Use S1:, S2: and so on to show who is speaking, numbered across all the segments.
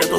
S1: Esto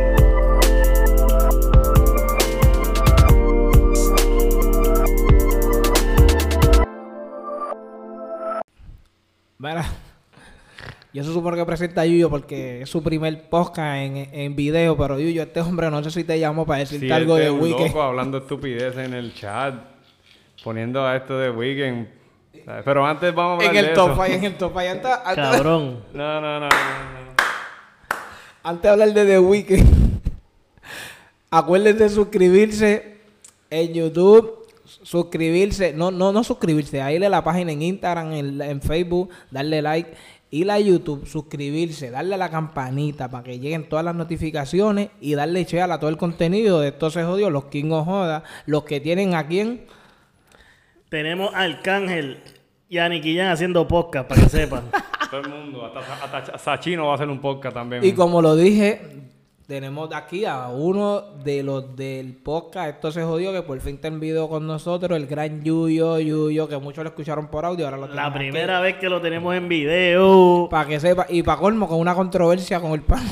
S2: Mira, yo se supone que presenta a Yuyo porque es su primer podcast en, en video, pero Yuyo, este hombre no sé si te llamó para decirte
S3: Sí,
S2: algo
S3: este
S2: de
S3: es un
S2: Weekend.
S3: loco hablando estupideces en el chat, poniendo a esto de Weekend. ¿sabes? Pero antes vamos a
S2: En
S3: hablar
S2: el
S3: de
S2: top
S3: eso.
S2: five, en el top five. Antes, antes,
S4: Cabrón.
S3: No, no, no, no, no.
S2: antes de hablar de The Weeknd, acuérdense de suscribirse en YouTube, suscribirse, no, no, no suscribirse, a irle a la página en Instagram, en, en Facebook, darle like, ir a YouTube, suscribirse, darle a la campanita para que lleguen todas las notificaciones y darle share a todo el contenido de Esto se jodió, los King of Joda, los que tienen a quién.
S4: Tenemos a Arcángel y a Niquillán haciendo podcast, para que sepan.
S3: Todo el mundo, hasta, Sa- hasta Sachino va a hacer un podcast también.
S2: Y como lo dije, tenemos aquí a uno de los del podcast. Esto se jodió que por fin está en video con nosotros. El gran Yuyo, Yuyo, que muchos lo escucharon por audio. Ahora lo
S4: La
S2: tenemos aquí.
S4: primera vez que lo tenemos en video.
S2: Para que sepa. Y para colmo, con una controversia con el pan.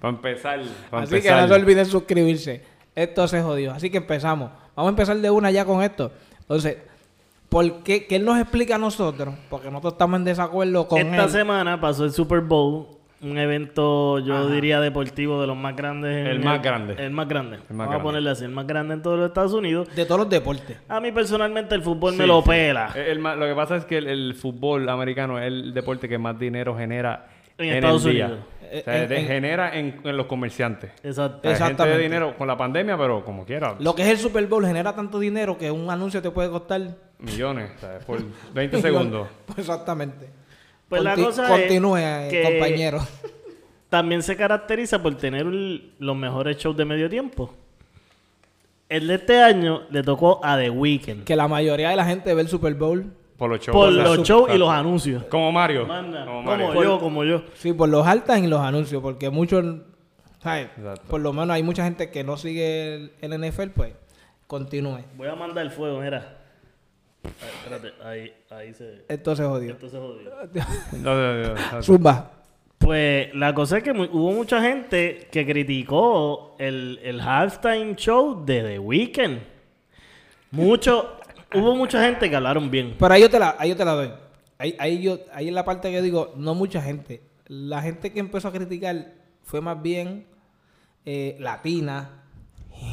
S3: Para empezar, para
S2: Así que
S3: empezar.
S2: no se olviden suscribirse. Esto se jodió. Así que empezamos. Vamos a empezar de una ya con esto. Entonces, ¿por qué? ¿Qué él nos explica a nosotros? Porque nosotros estamos en desacuerdo con
S4: Esta
S2: él.
S4: semana pasó el Super Bowl, un evento, yo diría, deportivo de los más grandes. en
S3: El más grande.
S4: El más grande.
S3: El más
S4: Vamos a
S3: grande.
S4: ponerle así, el más grande en todos los Estados Unidos.
S2: De todos los deportes.
S4: A mí personalmente el fútbol
S3: Sí,
S4: me
S3: Eh,
S4: lo
S3: sí.
S4: pela.
S3: El- el ma- lo que pasa es que el, el fútbol americano es el deporte que más dinero genera
S4: En
S3: el
S4: Estados
S3: día. O
S4: Unidos.
S3: sea,
S2: Eh, En-
S3: de-
S2: en-
S3: genera en, en los comerciantes.
S4: Exacto.
S3: La gente de
S2: Exactamente.
S3: dinero con la pandemia, pero como quiera,
S2: Lo que es el Super Bowl genera tanto dinero que un anuncio te puede costar
S3: millones, ¿sabes? por 20 segundos.
S2: Pues Exactamente.
S4: Pues la
S2: Conti-
S4: cosa es
S2: Continúe, eh,
S4: que-
S2: compañero.
S4: También se caracteriza por tener el- los mejores shows de medio tiempo. El de este año le tocó a The Weeknd.
S2: Que la mayoría de la gente ve el Super Bowl.
S3: Por los shows.
S4: Por
S3: o sea,
S4: los shows y
S3: exacto.
S4: los anuncios.
S3: Como Mario.
S4: Manda,
S3: Como Mario.
S4: como yo, como yo.
S2: Sí, por los altas y los anuncios. Porque muchos. ¿sabes?
S3: Exacto.
S2: Por lo menos hay mucha gente que no sigue el, el NFL, pues continúe.
S4: Voy a mandar el fuego, mira. A ver, espérate, ahí, ahí se...
S2: Esto se jodió.
S4: Esto se jodió.
S3: No, no, no, no.
S2: Zumba.
S4: Pues la cosa es que mu- hubo mucha gente que criticó el, el halftime show de The Weeknd. Mucho, hubo mucha gente que hablaron bien.
S2: Pero ahí yo te la, ahí yo te la doy. Ahí, ahí yo, ahí es la parte que yo digo, no mucha gente. La gente que empezó a criticar fue más bien eh, latina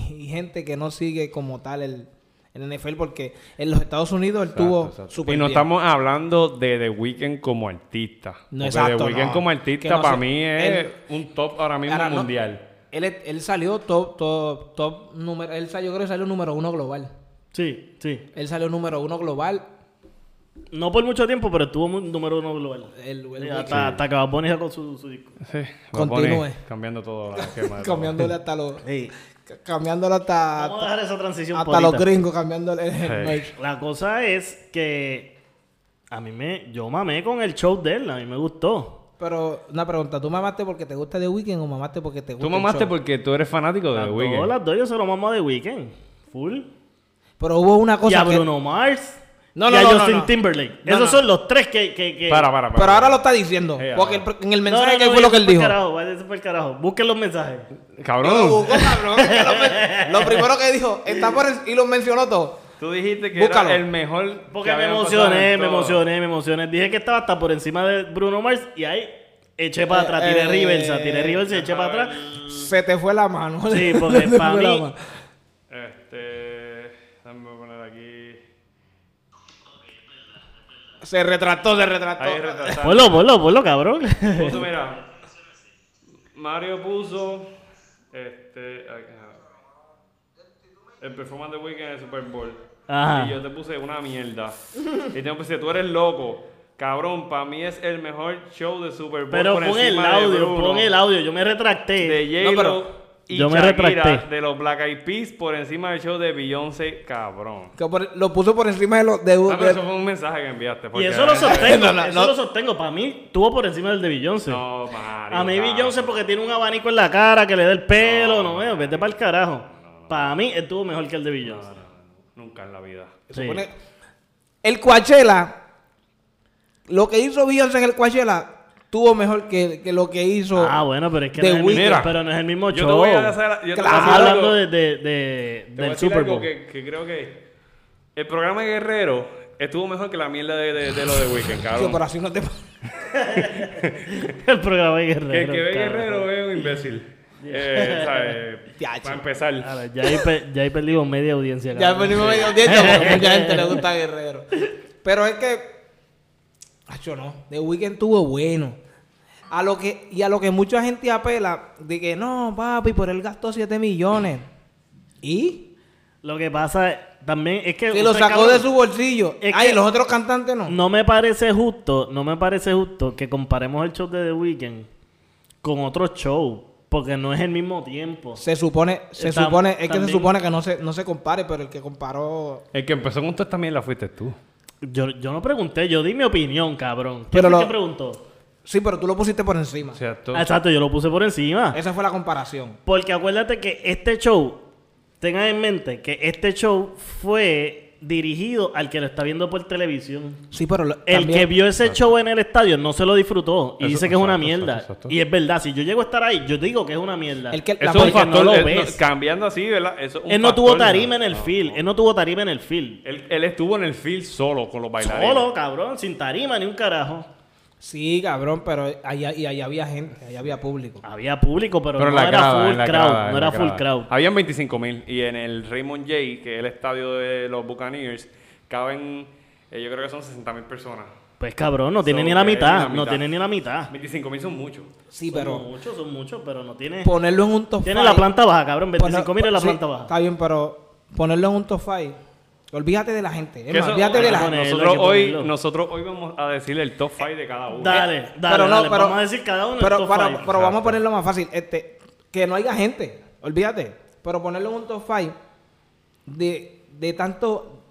S2: y gente que no sigue como tal el, el NFL porque en los Estados Unidos él
S3: Exacto,
S2: tuvo
S3: exacto.
S2: súper
S3: y no
S2: bien.
S3: estamos hablando de The Weeknd como artista.
S2: No,
S3: Porque
S2: exacto,
S3: The Weeknd
S2: no.
S3: como
S2: Que
S3: artista
S2: no
S3: para
S2: se-
S3: mí es
S2: él-
S3: un top ahora mismo
S2: Ahora, no-
S3: mundial.
S2: Él, es- él salió top, top, top número, él salió, yo creo que salió número uno global.
S4: Sí, sí.
S2: Él salió número uno global.
S4: No por mucho tiempo, pero estuvo mu- número uno global.
S2: El, el
S4: Sí,
S2: weekend,
S4: hasta, hasta que Bad Bunny sacó su, su disco.
S3: Sí, Bad Bunny
S2: Continúe.
S3: Cambiando todo. la esquema de todo.
S2: cambiándole hasta los, cambiándole hasta,
S4: Vamos a
S2: hasta,
S4: dejar esa transición
S2: hasta los
S4: polita.
S2: gringos, cambiándole el,
S3: Sí.
S2: merch.
S4: La cosa es que a mí me... Yo mamé con el show de él, a mí me gustó.
S2: Pero una pregunta, ¿tú mamaste porque te gusta The Weeknd o mamaste porque te gusta
S3: Tú
S2: el
S3: mamaste
S2: show?
S3: porque tú eres fanático de
S4: Las
S3: The
S4: dos,
S3: Weeknd.
S4: las dos, yo se lo mamo de Weekend. Full.
S2: Pero hubo una
S4: y
S2: cosa
S4: a
S2: que...
S4: Bruno Mars.
S2: No,
S4: y
S2: no,
S4: a
S2: no, no,
S4: Justin
S2: no.
S4: Timberlake.
S2: No,
S4: Esos
S2: no.
S4: son los tres que. que, que-
S3: Para, para, para.
S2: Pero ahora lo está diciendo.
S3: Sí,
S2: porque
S3: ahora.
S2: el- en el
S4: No,
S2: mensaje
S4: no,
S2: que
S4: no,
S2: fue lo
S4: ese
S2: que él
S4: fue el
S2: dijo.
S4: Carajo, vaya, ese fue el carajo. Busquen los mensajes.
S2: Lo
S3: Cabrón.
S2: buscó, cabrón, que lo men- lo primero que dijo, está por el- y lo mencionó todo.
S3: Tú dijiste que
S2: Búscalo.
S3: era el mejor.
S4: Porque
S3: que
S4: me
S3: había pasado
S4: emocioné,
S3: en
S4: me
S3: todo.
S4: emocioné, me emocioné. Dije que estaba hasta por encima de Bruno Mars y ahí eché para
S2: Eh,
S4: atrás. Tiré
S2: eh,
S4: reversa, tiré reversa y eché para atrás.
S2: Se te fue la mano.
S4: Sí,
S2: Se
S4: porque
S2: te
S4: pa'
S2: fue la
S4: mí-
S2: mano.
S3: Este. Déjame poner aquí.
S2: Se retrató, se retrató.
S3: Ahí retrasado.
S4: Ponlo, ponlo, ponlo, cabrón.
S3: Puso, mira. Mario puso. Este. aquí, ajá. El performance de Weekend en el Super Bowl.
S4: Ajá.
S3: Y yo te puse una mierda. Y te puse, tú eres loco. Cabrón, para mí es el mejor show de Super Bowl.
S4: Pero
S3: por
S4: pon el
S3: encima de
S4: audio,
S3: Bruno,
S4: pon el audio. Yo me retracté.
S3: De J-Lo.
S2: No, pero-
S3: y
S4: Yo me
S3: Shakira
S4: retracté.
S3: de los Black Eyed Peas por encima del show de Beyoncé, cabrón.
S2: Que por- lo puso por encima de los... De,
S3: Ah, pero
S2: de-
S3: eso fue un mensaje que enviaste.
S4: Y
S3: porque-
S4: eso lo sostengo,
S2: No, no,
S4: eso
S2: no.
S4: lo sostengo. Para mí, estuvo por encima del de Beyoncé.
S3: No, Mario.
S4: a mí
S3: cabrón.
S4: Beyoncé porque tiene un abanico en la cara que le da el pelo, no, veo, vete para el carajo. Para mí, estuvo mejor que el de Beyoncé.
S3: Nunca en la vida.
S2: se
S4: Sí.
S2: pone- El Coachella, lo que hizo Beyoncé en el Coachella, tuvo mejor que, que lo que hizo...
S4: Ah, bueno, pero es que
S2: The
S4: no es, el
S2: Weeknd.
S4: mismo, pero no es el mismo
S3: Yo
S4: show.
S3: te voy a hacer. Yo te
S2: Claro.
S3: voy a
S4: Estamos
S3: decir algo-
S4: hablando de, de- de-
S3: te voy a
S4: del
S3: decir
S4: Super
S3: algo
S4: Bowl.
S3: Que, que creo que. El programa de Guerrero estuvo mejor que la mierda de, de, de lo de Weekend,
S2: Sí,
S3: cabrón.
S2: pero así no te...
S4: El programa de
S3: Que el
S4: Guerrero.
S3: que ve
S4: carajo.
S3: Guerrero es un imbécil. Eh,
S2: Diache.
S3: ¿sabes? Para
S4: A
S3: empezar.
S4: ver, ya, ahí pe- ya ahí perdimos media audiencia.
S2: Ya
S4: cabrón.
S2: venimos medio dieta porque mucha gente le gusta Guerrero. Pero es que. Acho, no. The Weeknd estuvo bueno. A lo que, y a lo que mucha gente apela, de que no, papi, por él gastó 7 millones. ¿Y?
S4: Lo que pasa es- también es que...
S2: Que lo
S4: Eh, usted,
S2: sacó
S4: cabrón,
S2: de su bolsillo.
S4: Es
S2: Ay,
S4: que-
S2: los otros cantantes no.
S4: No me parece justo, no me parece justo que comparemos el show de The Weeknd con otro show, porque no es el mismo tiempo.
S2: Se supone, se
S4: Tam-
S2: supone, es que
S4: también-
S2: se supone que no se, no se compare, pero el que comparó.
S3: El que empezó con toda esta mierda fuiste tú.
S4: Yo, yo no pregunté, yo di mi opinión, cabrón. ¿Quién
S2: Pero
S4: fue
S2: lo-
S4: el que preguntó?
S2: Sí, pero tú lo pusiste por encima.
S3: O sea, tú.
S4: Ah, Exacto, yo lo puse por encima.
S2: Esa fue la comparación.
S4: Porque acuérdate que este show, tengan en mente que este show fue dirigido al que lo está viendo por televisión.
S2: Sí, pero lo-
S4: El
S2: también-
S4: que vio ese show en el estadio no se lo disfrutó y
S3: Eso-
S4: dice que es una
S3: exacto,
S4: mierda.
S3: exacto, exacto.
S4: Y es verdad, si yo llego a estar ahí, yo digo que es una mierda.
S2: el que la
S4: es
S3: Eso es un
S4: porque
S2: porca-
S4: no
S3: factor.
S4: lo
S3: eh,
S4: ves.
S3: cambiando así, ¿verdad? Eso es un
S4: Él no
S3: factor,
S4: tuvo tarima en el
S3: no,
S4: field, él no tuvo tarima en el field.
S3: Él, él estuvo en el field solo con los bailarines.
S4: Solo, cabrón, sin tarima ni un carajo.
S2: Sí, cabrón, pero allá, y allá había gente, allá había público.
S4: Había público, pero,
S3: Pero en
S4: no
S3: la
S4: era
S3: grada, en
S4: full
S3: la
S4: crowd,
S3: grada, en
S4: no
S3: la
S4: era full
S3: grada.
S4: crowd.
S3: Habían 25 mil y en el Raymond J, que es el estadio de los Buccaneers, caben, eh, yo creo que son 60 mil personas.
S4: Pues cabrón, no tiene
S3: So,
S4: ni la
S3: que es
S4: mitad,
S3: la
S4: no
S3: mitad.
S4: tiene ni la mitad.
S3: 25 mil son muchos.
S2: Sí,
S4: Son
S2: pero
S4: muchos, son muchos, pero no tiene.
S2: ponerlo en un top
S4: Tiene
S2: five-
S4: la planta baja, cabrón.
S2: poner-
S4: 25 mil en la
S2: sí,
S4: planta baja.
S2: Está bien, pero ponerlo en un top 5. Olvídate de la gente. Es
S3: Que
S2: más,
S3: eso-
S2: olvídate de la
S4: que
S2: gente.
S4: poner- ponerlo,
S3: nosotros,
S4: hay que
S3: hoy,
S4: ponerlo.
S3: nosotros hoy vamos a decirle el top 5 de cada uno.
S4: Dale, dale,
S2: pero no,
S4: dale,
S2: pero-
S4: vamos a decir cada uno. el
S2: Pero,
S4: top
S2: para-
S4: five.
S2: pero vamos a ponerlo más fácil. Este, que no haya gente. Olvídate. Pero ponerlo en un top 5 de, de tanto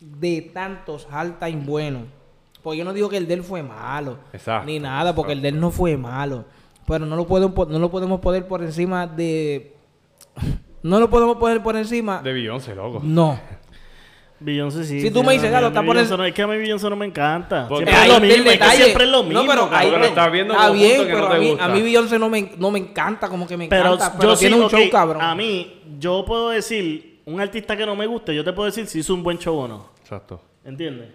S2: de tantos all-time buenos. Porque yo no digo que el de él fue malo.
S3: Exacto,
S2: Ni nada, porque el de él no fue malo. Pero no lo podemos, po- no lo podemos poner por encima de. No lo podemos poner por encima.
S3: De Beyoonce, loco.
S2: No.
S4: Beyoncé sí.
S2: Si tú
S4: sí,
S2: me dices,
S4: no,
S2: ya lo
S4: a mí
S2: está por
S4: Beyoncé
S2: el-
S4: no- Es que a mí Beyoncé no me encanta.
S3: Porque
S4: Siempre
S2: Ahí
S4: es
S2: está
S4: lo
S2: el
S4: mismo, es que
S2: detalle.
S4: siempre es lo mismo.
S2: No, pero ahí
S4: cabrón.
S3: lo
S2: te-
S3: estás viendo
S2: está
S3: como un
S2: bien,
S3: punto que
S2: pero
S3: no te
S2: a, mí,
S3: gusta.
S2: a mí Beyoncé no me, no me encanta como que me
S4: Pero
S2: encanta. Pero,
S4: yo sí,
S2: tiene un
S4: ok,
S2: show cabrón.
S4: A mí, yo puedo decir, un artista que no me guste, yo te puedo decir si hizo un buen show o no.
S3: Exacto.
S4: ¿Entiendes?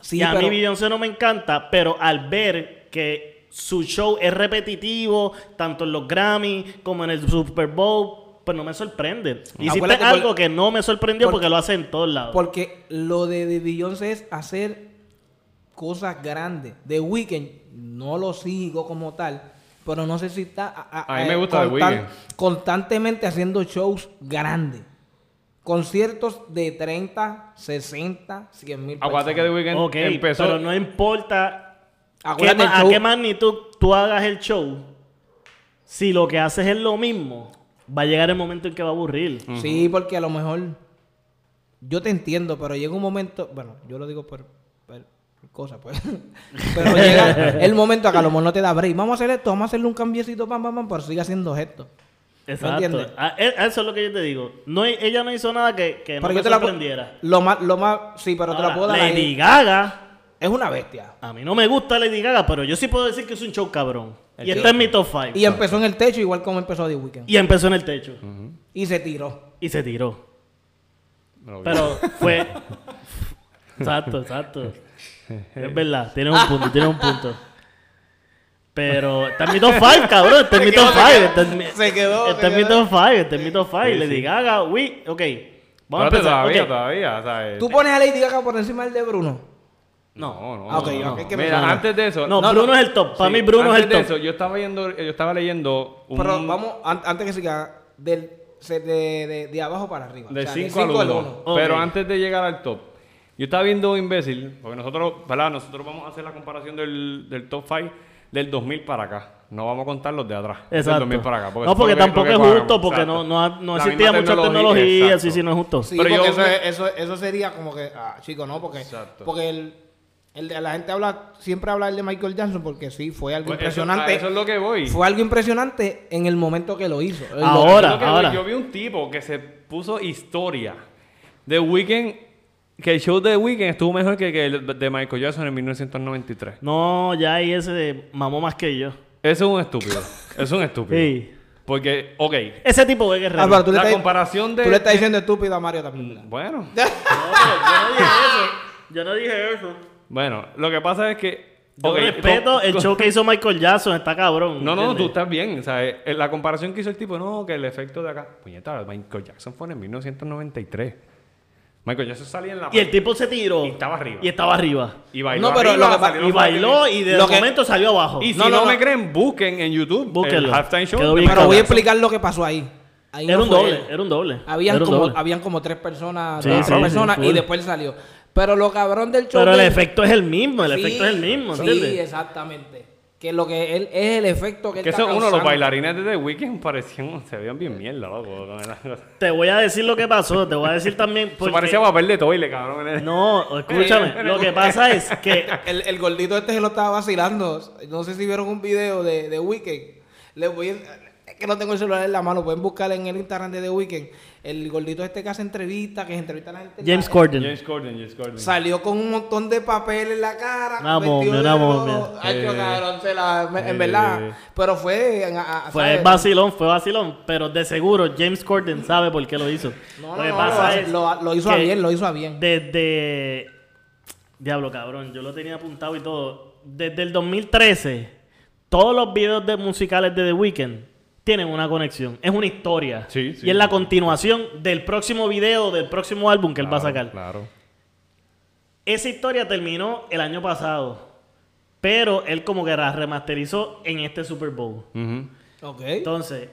S2: Sí,
S4: y a mí
S2: pero-
S4: Beyoncé no me encanta, pero al ver que su show es repetitivo, tanto en los Grammy como en el Super Bowl, pues no me sorprende. Hiciste
S2: Mm. Acuérdate por-
S4: algo que no me sorprendió
S2: por-
S4: porque lo hace en todos lados.
S2: Porque lo de, de Beyoncé es hacer cosas grandes. The Weeknd no lo sigo como tal, pero no sé si está... eh,
S3: A mí me gusta The Weeknd.
S2: Constantemente haciendo shows grandes. Conciertos de 30, 60, 100 mil
S3: Acuérdate que The Weeknd
S4: ok,
S3: empezó.
S4: pero no importa qué
S2: Acuérdate
S4: ma-
S2: el
S4: a
S2: show.
S4: qué magnitud tú hagas el show, si lo que haces es lo mismo, va a llegar el momento en que va a aburrir.
S2: Sí, porque a lo mejor yo te entiendo, pero llega un momento, bueno, yo lo digo por, por cosas, pues. Pero llega el momento a que a lo mejor no te da break. Vamos a hacer esto, vamos a hacerle un cambiecito, pam, pam, pam, pero sigue haciendo esto.
S4: Exacto.
S2: entiendes?
S4: A- e- Eso es lo que yo te digo. No, ella no hizo nada que, que no
S2: Pero
S4: me
S2: yo te la puedo-
S4: sorprendiera.
S2: Lo más, lo más, sí, pero te
S4: Ahora,
S2: la puedo dar. ahí.
S4: Lady Gaga.
S2: Es una bestia.
S4: A mí no me gusta Lady Gaga, pero yo sí puedo decir que es un show cabrón.
S3: El
S4: y
S3: show. em-
S4: está en mi top 5.
S2: Y
S4: Y,
S2: empezó en el techo, igual como empezó The Weeknd.
S4: empezó en el techo.
S3: Mm.
S2: Y se tiró.
S4: Y se tiró.
S3: No lo vi.
S4: Pero fue. exacto, exacto. Es verdad, tiene un punto, tiene un punto. Pero está en mi top 5, cabrón. Está en mi top 5. Está en mi,
S2: Se quedó,
S4: está
S2: se
S4: en mi
S2: quedó.
S4: top 5. Está en mi top 5.
S3: Sí,
S4: Lady
S3: sí.
S4: Gaga, uy, ok. Vamos
S3: Espérate,
S4: a empezar.
S3: todavía,
S4: ok.
S3: todavía, ¿sabes?
S2: Tú pones a Lady Gaga por encima del de Bruno.
S3: No, no.
S2: Ah, ok,
S3: no,
S2: ok,
S3: no.
S2: que me
S3: Mira,
S2: suena.
S3: antes de eso.
S4: No,
S2: No,
S4: Bruno
S2: no.
S4: es el top. Para mí, Bruno
S3: antes
S4: es el
S3: de
S4: top.
S3: eso, yo estaba viendo, yo estaba leyendo un
S2: Pero vamos, an- antes que siga, del, se- de, de, de abajo para arriba.
S3: de
S2: O sea,
S3: 5 al
S2: cinco
S3: 1.
S2: uno.
S4: uno.
S3: Pero
S4: Ok.
S3: antes de llegar al top, yo estaba viendo un imbécil, porque nosotros, ¿verdad? Nosotros vamos a hacer la comparación del, del top 5 del 2000 para acá. No vamos a contar los de atrás. Del
S4: Exacto.
S3: 2000 para acá.
S4: no,
S3: eso
S4: porque
S3: lo que- lo
S4: tampoco
S3: que
S4: es
S3: pagamos.
S4: justo, porque no,
S3: Exacto.
S4: no, ha- no
S3: La
S4: existía
S3: misma Pues
S4: mucha tecnología, así sí no es justo.
S2: Sí,
S3: Pero yo
S2: porque eso,
S3: sé-
S2: es- eso, eso sería como que, ah, chico, no, porque,
S3: Exacto.
S2: porque el, el de- la gente habla, siempre habla el de Michael Jackson porque sí, fue algo
S3: Pues eso-
S2: impresionante.
S3: a Eso, es lo que voy.
S2: Fue algo impresionante en el momento que lo hizo. El-
S3: Eso es
S4: Ahora.
S3: lo que voy.
S4: ahora.
S3: Yo vi un tipo que se puso historia. The Weeknd, que el show de The Weeknd estuvo mejor que, que el de Michael Jackson en 1993.
S4: No, ya ahí ese de- mamó más que yo.
S3: Ese es un estúpido. es un estúpido.
S4: Sí.
S3: Porque, ok.
S4: Ese tipo de guerrero.
S2: Ah, pero tú le
S3: La
S2: estás-
S3: comparación de.
S2: Tú le estás diciendo estúpido a Mario también. ¿verdad?
S3: Bueno.
S4: yo no dije eso.
S3: Bueno, lo que pasa es que.
S4: Yo
S3: ok,
S4: respeto
S3: con-
S4: el
S3: con-
S4: show que hizo Michael Jackson, está cabrón.
S3: No, no, no, tú
S4: ¿entiendes?
S3: estás bien. O sea, eh, la comparación que hizo el tipo, no, que el efecto de acá. Puñeta, Michael Jackson fue en 1993. Michael Jackson salía en la.
S4: Y el tipo se tiró.
S3: Y estaba arriba.
S4: Y estaba arriba.
S3: Y bailó.
S2: No, pero
S3: arriba,
S2: lo que pa-
S3: salió
S4: Y
S3: los
S4: bailó
S3: bailes.
S4: y de
S2: Lo que-
S4: momento salió abajo.
S3: Y si
S2: No,
S3: no,
S2: no, no.
S3: me creen, busquen en YouTube.
S4: Búsquenlo.
S3: El halftime show.
S4: Quedó
S3: de
S2: Pero
S3: Michael
S4: bien
S2: voy a
S4: cabrón.
S3: Jackson.
S2: explicar lo que pasó ahí. Ahí
S4: Era
S2: no
S4: un
S2: fue
S4: doble,
S2: él.
S4: era un doble.
S2: Habían,
S4: Era un
S2: como,
S4: doble.
S2: habían como tres personas,
S4: Sí,
S2: cuatro
S3: sí, sí,
S2: personas y
S4: full.
S2: después él salió. Pero lo cabrón del show
S4: Pero el
S2: de-
S4: efecto es el mismo, el
S2: Sí,
S4: efecto es el mismo,
S2: Sí,
S4: ¿entiendes?
S2: exactamente. Que lo que él es el efecto que, él
S3: Que
S2: está
S3: eso, uno, los
S2: causando.
S3: bailarines de The Weeknd parecían, se veían bien mierda, loco. con el-
S4: Te voy a decir lo que pasó, te voy a decir también...
S3: Se
S4: porque-
S3: parecía papel de toile, cabrón.
S4: No, escúchame, lo que pasa es que...
S2: El, el gordito este se lo estaba vacilando. No sé si vieron un video de, de Weekend. Les voy a- es que no tengo el celular en la mano. Pueden buscar en el Instagram de The Weeknd. El gordito este que hace entrevistas, que entrevista a la gente. en
S4: James
S2: la-
S4: Corden.
S3: James Corden, James Corden.
S2: Salió con un montón de papel en la cara.
S4: Una
S2: vestido
S4: momia,
S2: de
S4: una
S2: rojo.
S4: momia.
S2: Ay, yo,
S3: Eh.
S2: cabrón, se la- en
S3: Eh.
S2: verdad. Pero fue. en- a- a-
S4: Fue
S2: ¿sabes?
S4: vacilón, fue vacilón, pero de seguro James Corden sabe por qué lo hizo.
S2: No, no,
S4: lo que
S2: no,
S4: pasa
S2: lo-
S4: es
S2: lo, lo hizo a
S4: que
S2: bien, lo hizo a bien.
S4: Desde. Diablo, cabrón, yo lo tenía apuntado y todo. Desde el 2013, todos los videos de musicales de The Weeknd tienen una conexión. Es una historia.
S3: Sí, sí.
S4: Y es la continuación del próximo video, del próximo álbum que él va a sacar.
S3: Claro.
S4: Esa historia terminó el año pasado. Pero él como que la remasterizó en este Super Bowl.
S3: Ujú.
S2: Ok.
S4: Entonces,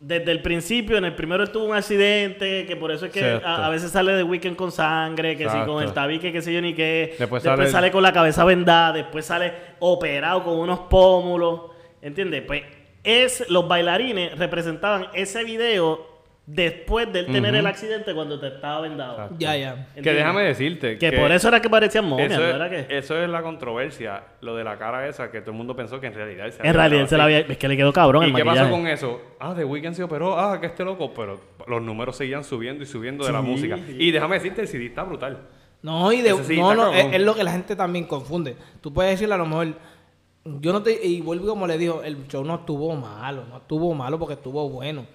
S4: desde el principio, en el primero él tuvo un accidente, que por eso es que
S3: Exacto.
S4: a, a veces sale de weekend con sangre, que si
S3: Exacto.
S4: con el tabique, que sé yo ni qué.
S3: Después
S4: Después,
S3: sale-
S4: sale... con la cabeza vendada, después sale operado con unos pómulos. ¿Entiendes? Pues es, los bailarines representaban ese video después de él tener el accidente cuando te estaba vendado.
S3: Exacto.
S2: Ya, ya.
S3: Que
S4: ¿Entiendes?
S3: déjame decirte.
S4: Que, por eso era que parecían momias,
S3: Eso
S4: ¿no
S3: es,
S4: era que?
S3: eso es la controversia, lo de la cara esa que todo el mundo pensó que en realidad él se
S4: en realidad se la había... Es que le quedó cabrón el
S3: ¿Y qué pasó
S4: maquillaje.
S3: con eso? Ah, The Weeknd se operó, ah, que este loco, pero los números seguían subiendo y subiendo de la
S4: Sí,
S3: música.
S4: sí.
S3: Y déjame decirte, el CD está brutal.
S2: No, y de,
S3: Ese sí
S2: no,
S3: está
S2: no, es,
S3: cabrón.
S2: es lo que la gente también confunde. Tú puedes decirle a lo mejor, yo no te, y vuelvo como le digo, el show no estuvo malo, no estuvo malo porque estuvo bueno.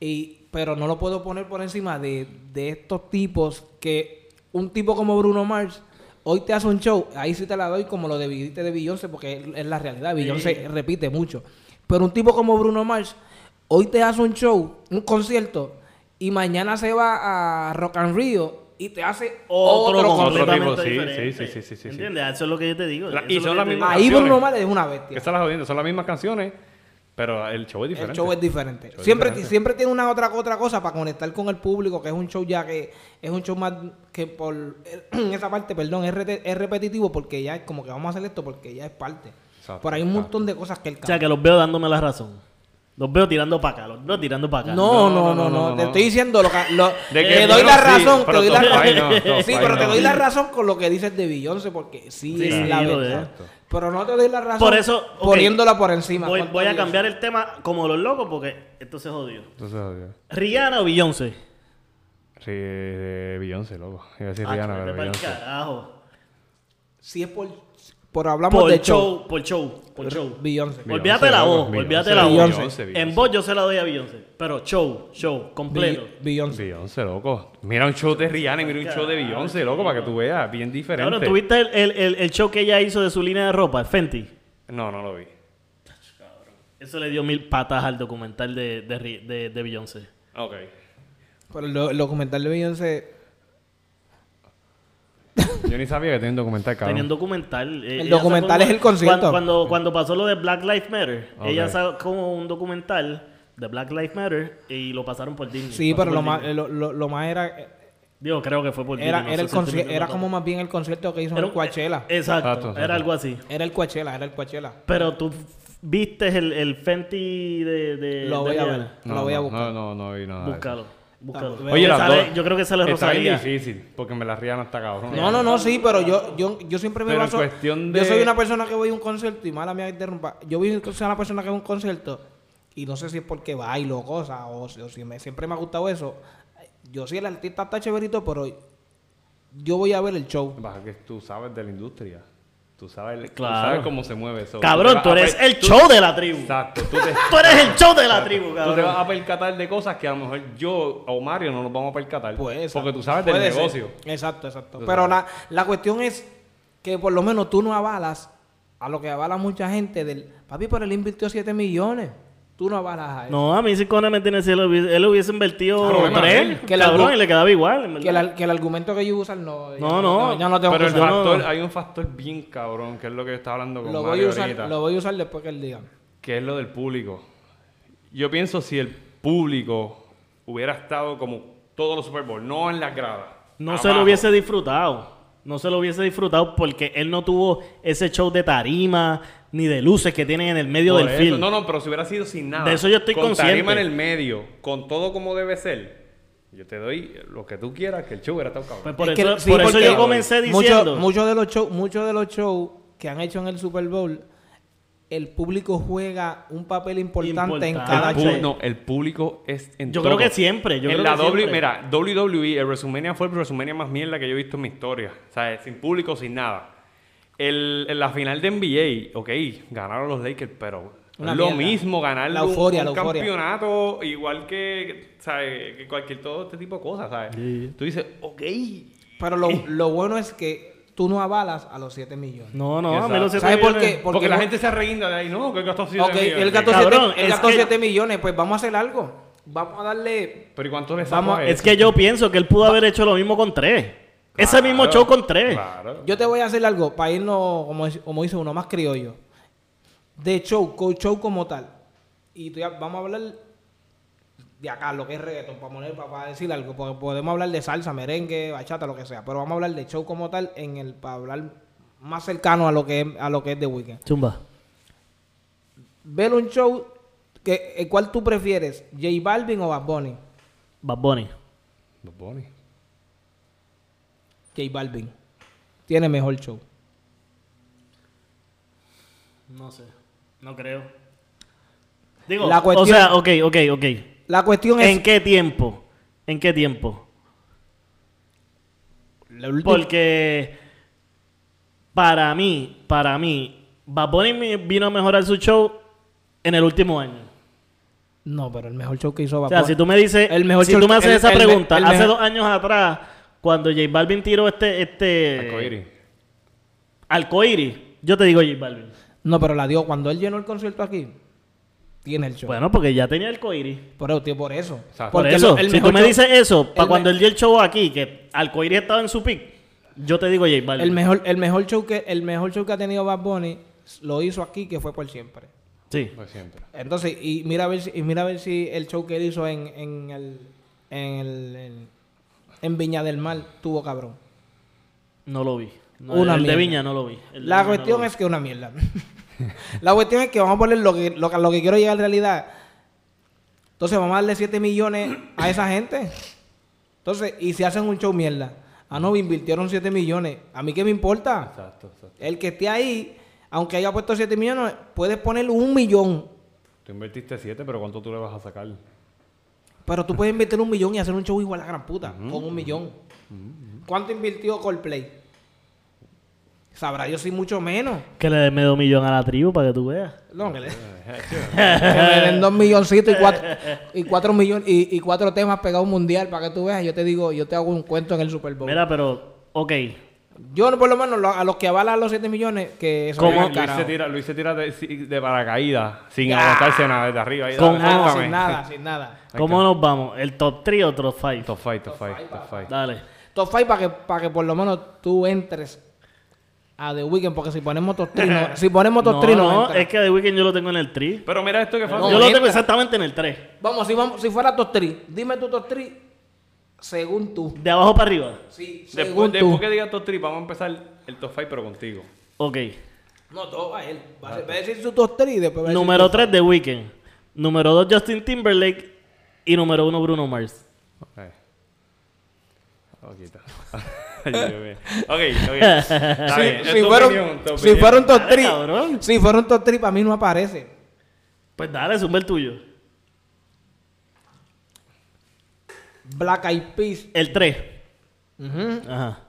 S2: Y, pero no lo puedo poner por encima de, de estos tipos que un tipo como Bruno Mars hoy te hace un show, ahí sí te la doy como lo dividiste de Beyoncé porque es la realidad, Beyoncé repite mucho. Pero un tipo como Bruno Mars hoy te hace un show, un concierto y mañana se va a Rock and Rio y te hace otro,
S4: otro,
S3: tipo,
S2: concierto.
S4: completamente
S3: sí,
S4: diferente.
S3: sí, sí, sí, sí, sí.
S4: ¿Entiendes? Ah, Eso es lo que yo te digo.
S3: La-
S4: eso
S3: y
S4: es lo
S3: son
S4: que
S3: las
S4: te
S3: mismas-
S2: Ahí
S3: Canciones.
S2: Bruno Mars es una
S3: Que
S2: bestia.
S3: estás jodiendo, son las mismas canciones, pero el show es diferente.
S2: El show es diferente.
S3: show es
S2: siempre,
S3: diferente.
S2: siempre tiene una otra, otra cosa para conectar con el público, que es un show ya que es un show más que por eh, esa parte, perdón, es, rete- es repetitivo porque ya es como que vamos a hacer esto porque ya es parte.
S3: Exacto,
S2: Por ahí un
S3: exacto.
S2: montón de cosas que él
S4: O sea,
S2: cambia.
S4: que los veo dándome la razón. Los veo tirando para acá, los veo tirando para acá.
S2: No, no, no, no,
S3: no,
S2: Te
S3: no.
S2: estoy diciendo lo que. lo-
S3: De que
S2: te doy
S3: Bruno
S2: la
S3: sí,
S2: razón. te
S3: pero
S2: doy la
S3: Top Five
S2: razón.
S3: no, Top
S2: sí,
S3: Five
S2: pero te
S3: no.
S2: doy la razón con lo que dices de Beyoncé, porque sí,
S4: Sí,
S2: es la
S4: sí, lo
S2: verdad.
S4: es.
S2: Pero no te doy la razón
S4: Por eso, ok,
S2: poniéndola por encima.
S4: Voy,
S2: ¿Cuánto
S4: voy a
S2: Beyoncé?
S4: cambiar el tema como los locos porque esto se jodió.
S3: Entonces, adiós.
S4: ¿Rihanna o Beyoncé?
S3: Sí, eh, Beyoncé, loco. Iba a decir
S4: Ah,
S3: Rihanna,
S4: chupete
S3: pero
S4: pa'l
S3: Beyoncé.
S4: carajo.
S2: Si es por. Por hablamos
S4: Por
S2: de
S4: show,
S2: show.
S4: por show, por show.
S2: Beyoncé.
S3: Beyoncé,
S4: Olvídate la voz,
S3: loco,
S4: olvídate
S3: Beyoncé,
S4: la voz.
S3: Beyoncé,
S4: En
S3: Beyoncé.
S4: voz yo se la doy a Beyoncé, pero show, show, completo.
S2: Be- Beyoncé.
S3: Beyoncé, loco. Mira un show de Rihanna y mira un show de Beyoncé, loco, para que tú veas. Bien diferente.
S4: Cabrón, ¿tuviste el, el- el- el show que ella hizo de su línea de ropa, el Fenty?
S3: No, no lo vi.
S4: Eso le dio mil patas al documental de, de, Ri- de- de Beyoncé.
S3: Ok.
S2: Pero el, el documental de Beyoncé.
S3: Yo ni sabía que tenía un documental, cabrón.
S4: Tenía un documental. eh,
S2: El
S4: ella
S2: documental
S4: sacó
S2: es el concierto.
S4: Cuando, cuando, cuando pasó lo de Black Lives Matter,
S3: Ok.
S4: ella sacó un documental de Black Lives Matter y lo pasaron por Disney.
S2: Sí,
S4: Pasó
S2: pero
S4: por
S2: lo más,
S4: Disney.
S2: lo, lo- lo más era.
S4: Digo, creo que fue por Diddy,
S2: Era,
S4: no
S2: era,
S4: sé
S2: el
S4: si estoy
S2: conci- era
S4: mintiendo
S2: como más bien el concierto que hizo
S4: Era
S2: en
S4: un- eh,
S2: el Coachella.
S4: Exacto,
S3: Exacto, exacto.
S4: era algo así.
S2: Era el Coachella, era el Coachella.
S4: Pero tú f- viste el, el Fenty de, de-
S2: Lo
S4: de
S2: voy a
S4: Rihanna.
S2: ver. Lo voy a buscar.
S3: No, no, no vi nada. de eso.
S4: Búscalo. búscalo.
S2: Está-
S4: Creo
S3: Oye,
S4: que
S3: las
S4: sale-
S3: dos-
S4: yo creo que sale
S3: está bien
S4: Rosalía.
S3: difícil, porque me la Rihanna está cabrón.
S2: No, no, no, sí, pero yo, yo, yo siempre me
S3: Pero en
S2: baso.
S3: cuestión de-
S2: Yo soy una persona que voy a un concierto y mala mía que interrumpa. Yo voy a ser una persona que va a un concierto y no sé si es porque bailo o cosas o, si- o si me, siempre me ha gustado eso. Yo sí, el artista está chéverito, pero yo voy a ver el show.
S3: Baja que tú sabes de la industria. Tú sabes, tú
S4: Claro.
S3: sabes cómo se mueve eso.
S4: Cabrón,
S3: te
S4: tú
S3: vas a
S4: eres
S3: per-
S4: el
S3: Ah, pues, tú-
S4: show de la tribu.
S3: Exacto, tú te,
S4: Tú eres el show de la tribu,
S3: tú te vas
S4: cabrón.
S3: a percatar de cosas que a lo mejor yo o Mario no nos vamos a percatar.
S2: Pues,
S3: porque tú
S2: exacto.
S3: sabes del
S2: Puede ser.
S3: negocio.
S2: Exacto, exacto.
S3: Tú
S2: Pero
S3: sabes.
S2: la, la cuestión es que por lo menos tú no avalas a lo que avala mucha gente del papi, pero él invirtió 7 millones. Tú no avalas a él.
S4: No, a mí sí con me tiene si él hubiese, él hubiese invertido
S3: Claro, Ah, bueno,
S4: tres,
S2: que la-
S4: cabrón, y le quedaba igual, en verdad.
S2: Que, el ar- que el argumento que ellos usan no. ya no.
S4: No, no.
S2: tengo- ya no tengo
S3: Pero
S2: que
S3: el
S2: usar.
S3: factor, hay un factor bien cabrón, que es lo que estaba hablando con
S2: lo voy,
S3: Mario
S2: a usar,
S3: ahorita,
S2: lo voy a usar después que él diga.
S3: que es lo del público. Yo pienso si el público hubiera estado como todos los Super Bowl, no en las gradas.
S4: No
S3: abajo.
S4: se lo hubiese disfrutado. No se lo hubiese disfrutado porque él no tuvo ese show de tarima ni de luces que tienen en el medio
S3: Por
S4: del
S3: eso,
S4: film.
S3: No, no, pero si hubiera sido sin nada.
S4: De eso yo estoy
S3: con
S4: consciente.
S3: tarima en el medio, con todo como debe ser. Yo te doy lo que tú quieras, que el show hubiera estado
S4: Pues
S3: cabrón.
S4: por
S2: Es que-
S4: eso,
S2: sí,
S4: por eso
S2: porque
S4: yo comencé
S2: mucho-
S4: diciendo.
S2: muchos de los shows, muchos de los shows que han hecho en el Super Bowl, el público juega un papel importante, en
S4: Importante.
S2: cada
S3: El, pu-
S2: show.
S4: H.
S3: no, el público es en
S4: Ah, Yo
S3: todo.
S4: creo que siempre, yo
S3: en
S4: creo
S3: la
S4: que
S3: W,
S4: siempre.
S3: mira, WWE, el WrestleMania fue el WrestleMania más mierda que yo he visto en mi historia. O sea, sin público, sin nada. El, en la final de NBA, ok, ganaron los Lakers, pero
S2: Una
S3: es lo
S2: mierda.
S3: mismo ganar
S2: La euforia,
S3: un,
S2: la
S3: un
S2: euforia.
S3: campeonato igual que, ¿sabes? que cualquier todo este tipo de cosas, ¿sabes? Tú dices, ok,
S2: Pero lo, lo bueno es que tú no avalas a los 7 millones.
S4: Eh. No, no, a
S3: Exacto.
S4: mí los siete
S2: ¿Sabes por
S4: millones-
S2: qué?
S3: Porque, la
S2: vos-
S3: gente se reguinda de ahí, ¿no? Que gastó 7
S2: Ok, él gastó
S4: Cabrón,
S2: 7
S4: es que-
S2: millones, pues vamos a hacer algo. Vamos a darle...
S3: Pero ¿y cuánto le
S2: Vamos,
S3: sacó a
S4: Es
S3: eso?
S4: que yo pienso que él pudo haber hecho lo mismo con tres. Ese
S3: Claro,
S4: mismo show con tres.
S3: Claro.
S2: Yo te voy a hacer algo para irnos, como, es- como dice uno, más criollo. De show, co- show como tal. Y tú ya- vamos a hablar de acá, lo que es reggaeton, para, poner, para, para decir algo. Porque podemos hablar de salsa, merengue, bachata, lo que sea. Pero vamos a hablar de show como tal en el para hablar más cercano a lo que es, a lo que es The Weeknd.
S4: Chumba.
S2: Ver un show, que, el cual tú prefieres, J Balvin o Bad Bunny?
S4: Bad Bunny.
S3: Los Bunny.
S2: J Balvin. Tiene mejor show.
S4: No sé. No creo. Digo,
S2: La
S4: o
S2: cuestión-
S4: sea, ok, ok, ok.
S2: La cuestión es...
S4: ¿En qué tiempo? ¿En qué tiempo?
S2: la ulti-
S4: Porque para mí, para mí, Bad Bunny me- vino a mejorar su show en el último año.
S2: No, pero el mejor show que hizo Bad
S4: O sea,
S2: Bunny-
S4: si tú me dices,
S2: El mejor
S4: si
S2: show-
S4: tú me haces
S2: el-
S4: esa
S2: el me-
S4: pregunta,
S2: el
S4: hace
S2: mejor-
S4: dos años atrás, cuando J Balvin tiró este, este
S3: Arcoíris.
S4: Alcoiris, yo te digo J Balvin.
S2: No, pero la dio cuando él llenó el concierto aquí. Tiene el show.
S4: Bueno, porque ya tenía Alcoiris.
S2: Pero, tío, por eso.
S3: Exacto.
S4: Por
S2: Porque
S4: eso,
S2: lo- el
S4: si tú
S2: mejor
S4: me
S2: show-
S4: dices eso, para
S2: el
S4: cuando
S2: me-
S4: él dio el show aquí, que Alcoiris estaba en su pick, yo te digo J Balvin.
S2: el mejor, el mejor show que el mejor show que ha tenido Bad Bunny lo hizo aquí que fue por siempre.
S4: Sí.
S3: Pues siempre.
S2: Entonces, y mira a ver si, y mira a ver si el show que él hizo en, en el en el en, en Viña del Mar tuvo cabrón.
S4: No lo vi. No,
S2: Una
S4: el de
S2: mierda.
S4: Viña no lo vi. El de
S2: La
S4: Viña no
S2: cuestión
S4: lo vi.
S2: es que una mierda. la cuestión es que vamos a poner lo que, lo, que- lo que quiero llegar en realidad. Entonces vamos a darle 7 millones a esa gente. Entonces, y si hacen un show mierda. Ah, no, me invirtieron 7 millones. ¿A mí qué me importa?
S3: Exacto, exacto.
S2: El que esté ahí, aunque haya puesto 7 millones, puedes poner un millón.
S3: Tú invertiste 7, pero ¿cuánto tú le vas a sacar?
S2: Pero tú puedes invertir un millón y hacer un show igual a la gran puta. Con un millón. ¿Cuánto invirtió Coldplay? Sabrá yo si mucho menos.
S4: Que le dé medio millón a la tribu para que tú veas.
S2: No, que le, que le den dos milloncitos y cuatro, y cuatro millones y, y cuatro temas pegados mundial para que tú veas. Yo te digo, yo te hago un cuento en el Super Bowl.
S4: Mira, pero, ok.
S2: yo por lo menos lo- a los que avalan los 7 millones, que eso
S4: ¿Cómo?
S2: es
S3: Luis,
S2: un
S3: Luis
S2: carajo.
S3: se tira, Luis se tira de, de paracaídas sin aguantarse nada desde arriba. Ahí,
S4: Con
S3: dale,
S2: Nada,
S3: suéltame.
S2: Ah, sin nada, sin nada.
S3: Ahí
S4: ¿Cómo
S3: está.
S4: nos vamos? ¿El top 3 o top 5?
S3: Top fight, top fight, top fight.
S4: Dale.
S2: Top five para que, para que por lo menos tú entres a The Weeknd, porque si ponemos top three, no- si ponemos top
S4: No,
S2: three, no
S4: no,
S2: entra.
S4: es que The Weeknd yo lo tengo en el 3.
S3: Pero mira esto que fue.
S2: No,
S4: yo lo
S2: entra.
S4: tengo exactamente en el 3.
S2: Vamos, si, vamos, si fuera top 3, dime tu top 3 según tú.
S4: De abajo para arriba.
S2: Sí, según
S3: Después,
S2: tú.
S3: después que digas top 3, vamos a empezar el top 5, pero contigo.
S4: Ok.
S2: No, todo va a él. Va a, ser- va a decir su top 3 y después va a decir
S4: Número
S2: tu-
S4: 3 de Weekend. Número 2 Justin Timberlake. Y número 1 Bruno Mars.
S3: Ok. Lo voy a quitar. Oh, Ay, Dios mío. ok, ok. Está
S2: Si,
S3: bien, es
S2: si
S3: tu
S2: fuera,
S3: opinión, tu
S2: un, si
S3: opinión.
S2: fuera un top
S4: Dale,
S2: 3,
S4: cabrón.
S2: si fuera un top 3 para mí no aparece.
S4: Pues dale, suma el tuyo.
S2: Black Eyed Peas,
S4: El 3.
S2: ujú,
S4: Ajá.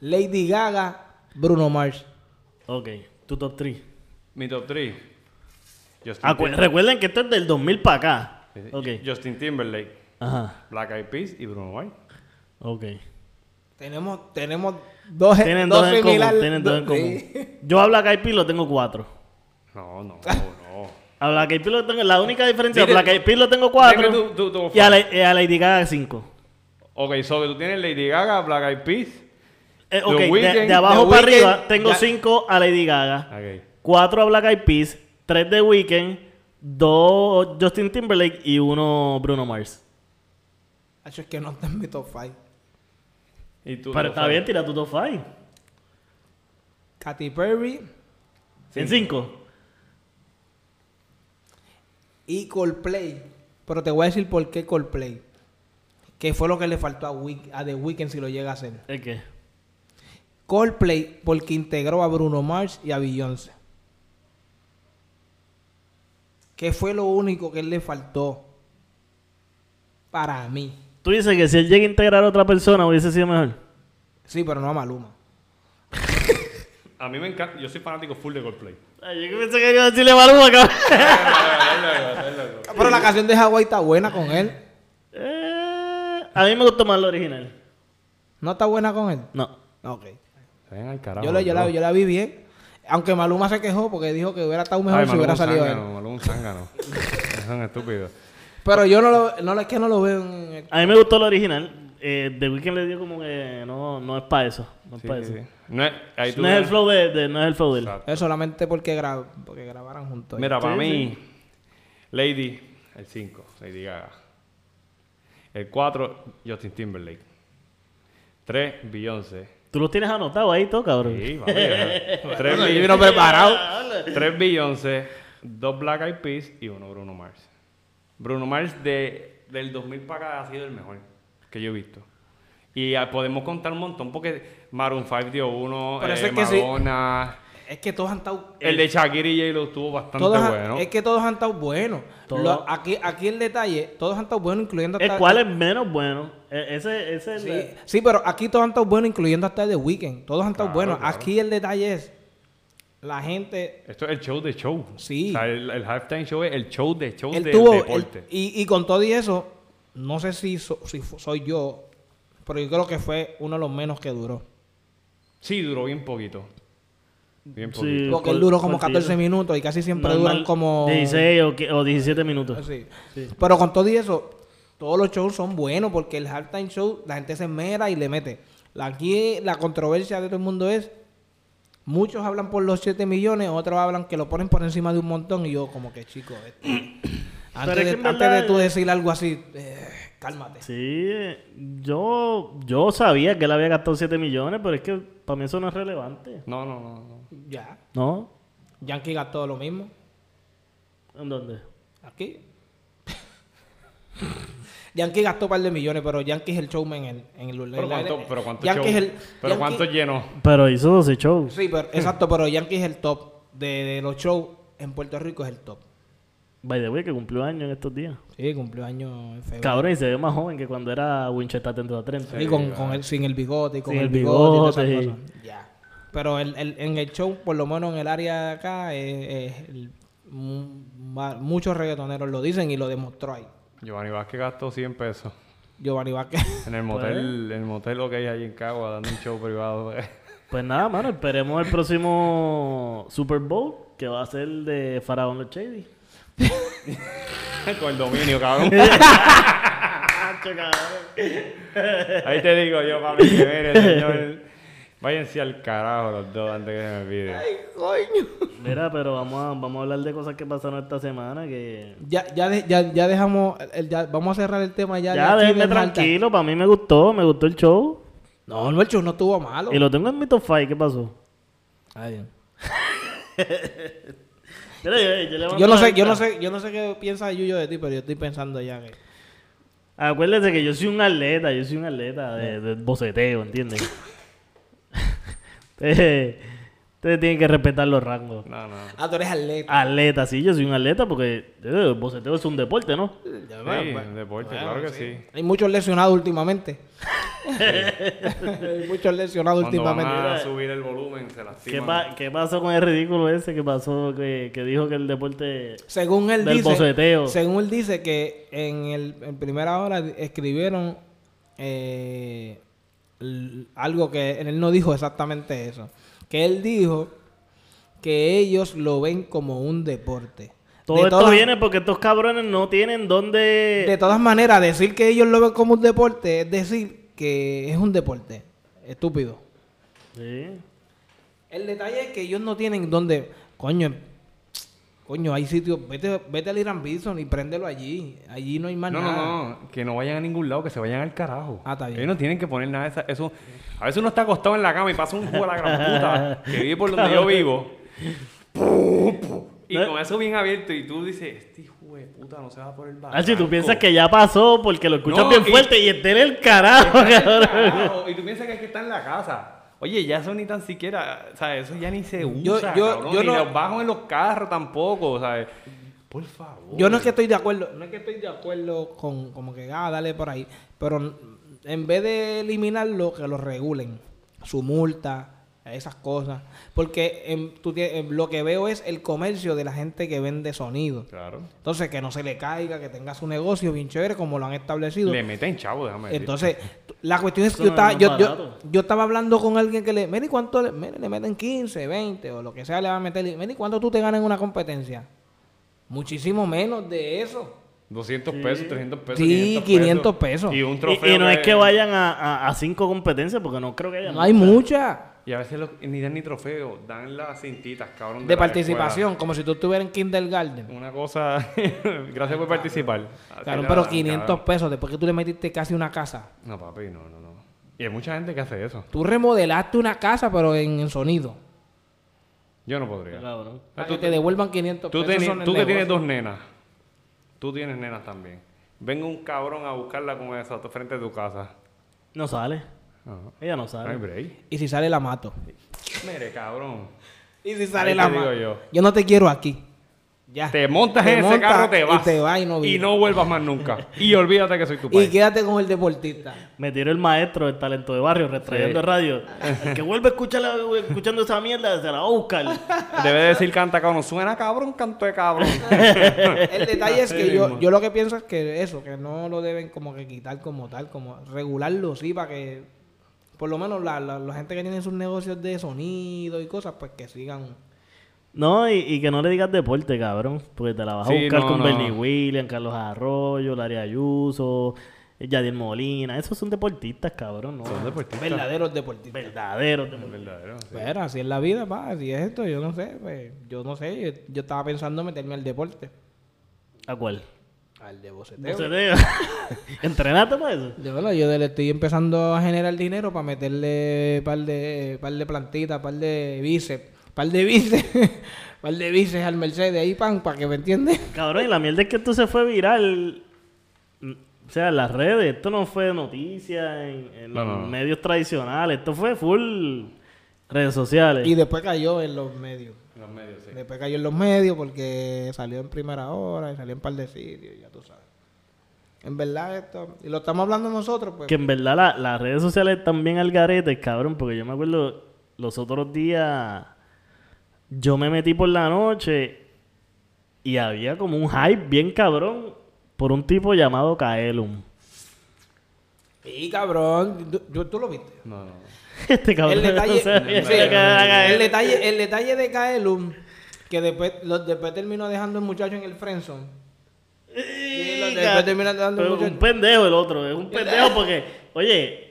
S2: Lady Gaga, Bruno Mars.
S4: Ok. Tu top 3.
S3: Mi top 3. Justin,
S4: Acu- recuerden que esto es del 2000 para acá.
S3: Timberlake.
S4: Ah, Ok.
S3: Justin Timberlake,
S4: Ajá.
S3: Black Eyed Peas y Bruno Mars.
S4: Ok.
S2: Tenemos, tenemos dos,
S4: Tienen dos, en común.
S2: similares-
S4: Tienen dos en
S2: dos-
S4: común.
S2: sí.
S4: Yo a Black Eyed Peas lo tengo 4.
S3: No, no, no.
S4: A Black Eyed Peas lo tengo... La única diferencia...
S3: Dile-
S4: a Black Eyed Peas lo tengo
S3: Dime
S4: 4.
S3: tú- tú- tú,
S4: Y a, la- y a Lady Gaga 5.
S3: Ok, so que tú tienes Lady Gaga, Black Eyed Peas.
S4: Eh, ok,
S3: The
S4: de- de,
S3: Weeknd-
S4: abajo
S2: The
S4: para
S2: Weeknd,
S4: arriba tengo
S2: ya-
S4: 5 a Lady Gaga,
S3: Ok.
S4: 4 a Black Eyed Peas, 3 de Weekend, 2 Justin Timberlake y 1 Bruno Mars.
S2: Hacho, es que no está en mi top 5.
S3: Y tú,
S4: Pero
S3: tú,
S4: está bien, tira tu top 5.
S2: Katy Perry,
S4: En 5.
S2: y Coldplay. Pero te voy a decir por qué Coldplay. Que fue lo que le faltó a, Week- a The Weeknd si lo llega a hacer.
S4: ¿El qué?
S2: Coldplay porque integró a Bruno Mars y a Beyoncé. Que fue lo único que le faltó para mí.
S4: Tú dices que si él llega a integrar a otra persona hubiese sido mejor.
S2: Sí, pero no a Maluma.
S3: A mí me encanta, yo soy fanático full de Coldplay.
S4: Ay, yo que pensé que iba a decirle Maluma, cabrón.
S2: Pero la canción de Hawaii está buena con él.
S4: Eh, a mí me gustó más lo original.
S2: ¿No está buena con él?
S4: No.
S2: Ok.
S3: Ven al carajo.
S2: Yo la, yo la-
S3: bro.
S2: yo la vi bien. Aunque Maluma se quejó porque dijo que hubiera estado mejor
S3: Ay,
S2: si
S3: Maluma
S2: hubiera
S3: un
S2: salido
S3: zángano,
S2: él.
S3: Maluma un zángano. Es un estúpido.
S2: Pero yo no lo, no, es que no lo veo en el-
S4: A mí me gustó lo original. Eh, The Weeknd le dio como que no, no es para eso. No es
S3: Sí,
S4: para
S3: sí,
S4: eso.
S3: sí. No es, ahí tú
S4: No es el
S3: ves-
S4: flow de, de- no es el flow de él.
S3: Exacto.
S2: Es solamente porque, gra- porque grabaran juntos.
S3: Mira, para
S4: Sí,
S3: mí, Lady, el 5, Lady Gaga. El 4, Justin Timberlake. 3, Beyoncé.
S4: Tú los tienes anotados ahí todo, cabrón.
S3: Sí, papi, ajá. Tres
S2: Bueno, yo
S3: Be-
S2: vino preparado.
S3: tres Beyoncé, 2 Black Eyed Peas y uno Bruno Mars. Bruno Mars de, del 2000 para acá ha sido el mejor que yo he visto. Y ah, podemos contar un montón porque Maroon 5 dio uno,
S2: Pero
S3: eh,
S2: eso es que sí.
S3: Madonna...
S2: Es que todos han estado
S3: El de Shakira y J-Lo estuvo bastante
S2: Todos han-
S3: bueno.
S2: Es que todos han estado buenos.
S4: Todos.
S2: Lo- aquí, aquí el detalle, todos han estado buenos, incluyendo
S4: El cual es menos bueno. E- Ese, ese es
S2: Sí,
S4: el-
S2: sí, pero aquí todos han estado buenos, incluyendo hasta el de Weekend. Todos han estado
S3: Claro,
S2: buenos.
S3: claro.
S2: Aquí el detalle es la gente.
S3: Esto es el show de show.
S2: Sí.
S3: O sea, el, el halftime show es el show de show
S2: Él
S3: del
S2: tuvo.
S3: deporte.
S2: él- y, y con todo y eso, no sé si, so- si fu- soy yo, pero yo creo que fue uno de los menos que duró.
S3: Sí, duró bien poquito. Bien
S4: Sí.
S3: poquito.
S2: Porque él
S4: col-
S2: duró como
S4: contigo.
S2: 14 minutos y casi siempre
S4: normal,
S2: duran como. Ah,
S4: 16 o, que- o 17 minutos.
S2: Sí. Pero con todo y eso, todos los shows son buenos porque el halftime show la gente se mera y le mete. La- Aquí la controversia de todo el mundo es, muchos hablan por los 7 millones, otros hablan que lo ponen por encima de un montón y yo como que chico, este,
S4: es
S2: antes,
S4: que
S2: de,
S4: en
S2: antes
S4: verdad-
S2: de tú decir algo así, eh, cálmate.
S4: Sí, eh, yo, yo sabía que él había gastado 7 millones, pero es que para mí eso no es relevante.
S3: No, no, no, no.
S2: Ya,
S4: ¿No?
S2: Yankee gastó lo mismo,
S4: ¿En dónde?
S2: aquí. Yankee gastó un par de millones, pero Yankee es el showman en, en el...
S3: Pero
S2: en-
S3: cuánto, pero cuánto
S2: eh, Yankee
S3: show.
S2: es el-
S3: pero
S2: Yankee-
S3: cuánto lleno.
S4: Pero hizo 12 shows.
S2: Sí, pero, exacto, pero Yankee es el top de, de los shows en Puerto Rico, es el top.
S4: By the way, que cumplió años en estos días.
S2: Sí, cumplió años en febrero.
S4: Cabrón, y se ve más joven que cuando era Winchester dentro de 30.
S2: Y con, con el, sin el bigote, y con
S4: Sin
S2: el
S4: el
S2: bigote, y todas esas
S4: bigote,
S2: cosas. Ya. Pero el, el- en el show, por lo menos en el área de acá, eh, eh, el- mu- ma- muchos reggaetoneros lo dicen y lo demostró ahí.
S3: Giovanni Vázquez gastó 100 pesos.
S2: Giovanni Vázquez.
S3: En el motel,
S2: Pues.
S3: en el motel lo que hay ahí en Cagua, dando un show privado. eh,
S4: Pues nada, mano, esperemos el próximo Super Bowl, que va a ser de Faraón Los Shady.
S3: con el dominio, cabrón.
S4: Ah, cabrón.
S3: Ahí te digo yo, papi, que mire, señor. Váyanse al carajo los dos antes que se me olvide.
S2: Ay, coño.
S4: Mira, pero vamos a, vamos a hablar de cosas que pasaron esta semana que...
S2: Ya, ya, de- ya, ya dejamos, el- el- ya- vamos a cerrar el tema ya. de
S4: Ya,
S2: aquí
S4: déjenme
S2: de Malta.
S4: tranquilo, para mí me gustó, me gustó el show.
S2: No, no, el show no estuvo malo.
S4: Y lo tengo en mi top five, ¿qué pasó?
S2: Ay,
S4: Mira, yo, yo levanto
S2: yo no
S4: la
S2: sé, yo
S4: vista.
S2: no sé, yo no sé qué piensa Yuyo de ti, pero yo estoy pensando ya que.
S4: Acuérdate que yo soy un atleta, yo soy un atleta de, de boceteo, ¿entiendes? ustedes, ustedes tienen que respetar los rangos.
S3: No, no.
S2: Ah, tú eres atleta.
S4: Atleta, sí, yo soy un atleta porque eh, el boceteo es un deporte, ¿no?
S2: Ya, bueno, pues,
S3: Sí,
S2: bueno.
S3: deporte, claro que sí.
S2: Hay muchos lesionados últimamente. Hay muchos lesionados
S3: Cuando van
S2: últimamente.
S3: a subir el volumen, se
S4: ¿Qué,
S3: lastiman.
S4: pa- qué pasó con el ridículo ese que pasó, que, que dijo que el deporte...
S2: Según él
S4: Del
S2: dice,
S4: boceteo.
S2: según él dice que en el en primera hora escribieron eh, l- algo que él no dijo exactamente eso, que él dijo que ellos lo ven como un deporte.
S4: Todo
S2: De
S4: esto
S2: todas-
S4: viene porque estos cabrones no tienen dónde...
S2: De todas maneras, decir que ellos lo ven como un deporte es decir que es un deporte. Estúpido.
S4: Sí.
S2: El detalle es que ellos no tienen donde. Coño, coño, hay sitios. Vete, vete al Irán Bison y préndelo allí. Allí no hay más
S3: No,
S2: nada.
S3: no, no, que no vayan a ningún lado, que se vayan al carajo.
S2: Ah, está bien.
S3: Ellos no tienen que poner nada de esa- eso. A veces uno está acostado en la cama y pasa un juego a la gran puta que vive por donde yo vivo. Pu, pu, Y
S2: ¿Eh?
S3: con eso bien abierto y tú dices, este hijo de puta no se va por el barranco.
S4: Ah, si tú piensas que ya pasó porque lo escuchas
S3: No,
S4: bien
S3: y-
S4: fuerte y, esté en el carajo, cabrón.
S3: Carajo, Y tú piensas que es que está en la casa. Oye, ya eso ni tan siquiera, o sea, eso ya ni se
S2: Yo-
S3: usa,
S2: yo-
S3: cabrón,
S2: yo
S3: ni
S2: no-
S3: los bajan en los carros tampoco, ¿sabes? Por favor.
S2: Yo no es que estoy de acuerdo, no es que estoy de acuerdo con como que, ah, dale por ahí. Pero n- en vez de eliminarlo, que lo regulen. Su multa, esas cosas. Porque em, tú tie- em, lo que veo es el comercio de la gente que vende sonido.
S3: Claro.
S2: Entonces, que no se le caiga, que tenga su negocio bien chévere como lo han establecido.
S3: Le meten chavo, déjame decir.
S2: Entonces, t- la cuestión es que
S4: Eso
S2: yo
S4: no
S2: estaba,
S4: es
S2: yo,
S4: más
S2: yo,
S4: barato.
S2: yo estaba hablando con alguien que le, mire, ¿y ¿cuánto le, mire, le meten 15, 20 o lo que sea le va a meter? Y, Mire, ¿y ¿cuánto tú te ganas en una competencia? Muchísimo menos de eso.
S3: 200 pesos, 300 pesos.
S2: Sí, 500 pesos.
S3: Y un
S4: Y,
S3: trofeo.
S4: y no es que vayan a, a- a cinco competencias porque no creo que haya.
S2: No hay mucha
S3: Y a veces lo- ni dan ni trofeo, dan las cintitas, cabrón.
S2: de
S3: la
S2: participación, como si tú estuvieras en
S3: escuela.
S2: kindergarten.
S3: Una cosa. Gracias por participar. Así
S2: Claro,
S3: le
S2: pero
S3: dan,
S2: 500
S3: cabrón.
S2: pesos después que tú le metiste casi una casa.
S3: No, papi, no, no, no. Y hay mucha gente que hace eso.
S2: Tú remodelaste una casa, pero en, en sonido.
S3: Yo no podría.
S4: Cabrón.
S3: Ah,
S2: Para
S3: tú
S2: que te devuelvan 500
S3: Tú,
S2: pesos.
S3: teni-
S2: son el
S3: tú que
S2: negocio.
S3: tienes dos nenas. Tú tienes nenas también. Venga un cabrón a buscarla con eso a tu frente de tu casa.
S4: No sale.
S3: No,
S4: Ella no
S3: no hay
S4: sale.
S3: break.
S2: Y si sale, la mato.
S3: Mire, cabrón.
S2: Y si sale
S3: Ahí
S2: la
S3: te digo
S2: mano.
S3: yo.
S2: Yo. no te quiero aquí. Ya.
S3: Te montas
S2: Te
S3: en ese
S2: montas
S3: carro, te
S2: y
S3: vas.
S2: te vas y no vienes.
S3: vuelvas más nunca. Y olvídate que soy tu
S2: Y
S3: padre.
S2: quédate con el deportista.
S4: Me tiró el maestro del talento de barrio, retrayendo
S3: Sí.
S4: radio. El que vuelve a escuchar la- escuchando esa mierda, se la va a buscar.
S3: Debe decir canta cabrón. Suena cabrón, canto de cabrón.
S2: El detalle es
S3: Así
S2: que yo,
S3: mismo.
S2: yo lo que pienso es que eso, que no lo deben como que quitar como tal, como regularlo, sí, para que por lo menos la, la- la gente que tiene sus negocios de sonido y cosas, pues que sigan.
S4: No, y, y que no le digas deporte, cabrón. Porque te la vas a
S3: Sí,
S4: buscar
S3: no,
S4: con
S3: no.
S4: Bernie Williams, Carlos Arroyo, Larry Ayuso, Yadier Molina. Esos son deportistas, cabrón. ¿no?
S3: Son deportistas.
S2: Verdaderos deportistas.
S4: Verdaderos deportistas.
S3: Verdadero, sí.
S2: Pero así es la vida, pa, así es esto, yo no sé, pues, yo no sé, yo, yo estaba pensando meterme al deporte,
S4: ¿A cuál?
S2: al de
S4: No
S2: boceteo.
S4: se te- ¿Entrenaste para eso?
S2: Yo, bueno, yo le estoy empezando a generar dinero para meterle par de, par de plantitas, par de bíceps, par de bíceps, par de bíceps al Mercedes ahí, pan, para que me entiendes.
S4: Cabrón, y la mierda es que esto se fue viral. mm, O sea, en las redes. Esto no fue noticia en, en
S3: No,
S4: los
S3: no, no.
S4: medios tradicionales. Esto fue full redes sociales.
S2: Y después cayó en los medios.
S3: Los medios, sí.
S2: Después cayó en los medios porque salió en primera hora y salió en par de sitios, ya tú sabes. En verdad esto, y lo estamos hablando nosotros, pues.
S4: Que en verdad la- las redes sociales también al garete, cabrón. Porque yo me acuerdo los otros días. Yo me metí por la noche. Y había como un hype bien cabrón. Por un tipo llamado Kaelum.
S2: Y cabrón, tú, yo- tú lo viste.
S3: No, no.
S4: Este cabrón.
S2: El detalle,
S4: o sea,
S2: sí,
S4: que era Kaelum.
S2: el detalle, el detalle de Kaelum, que después, lo- después terminó dejando el muchacho en el friendzone. Y lo- después termina dando
S4: Pero
S2: mucho-
S4: un pendejo el otro, es un pendejo porque, oye,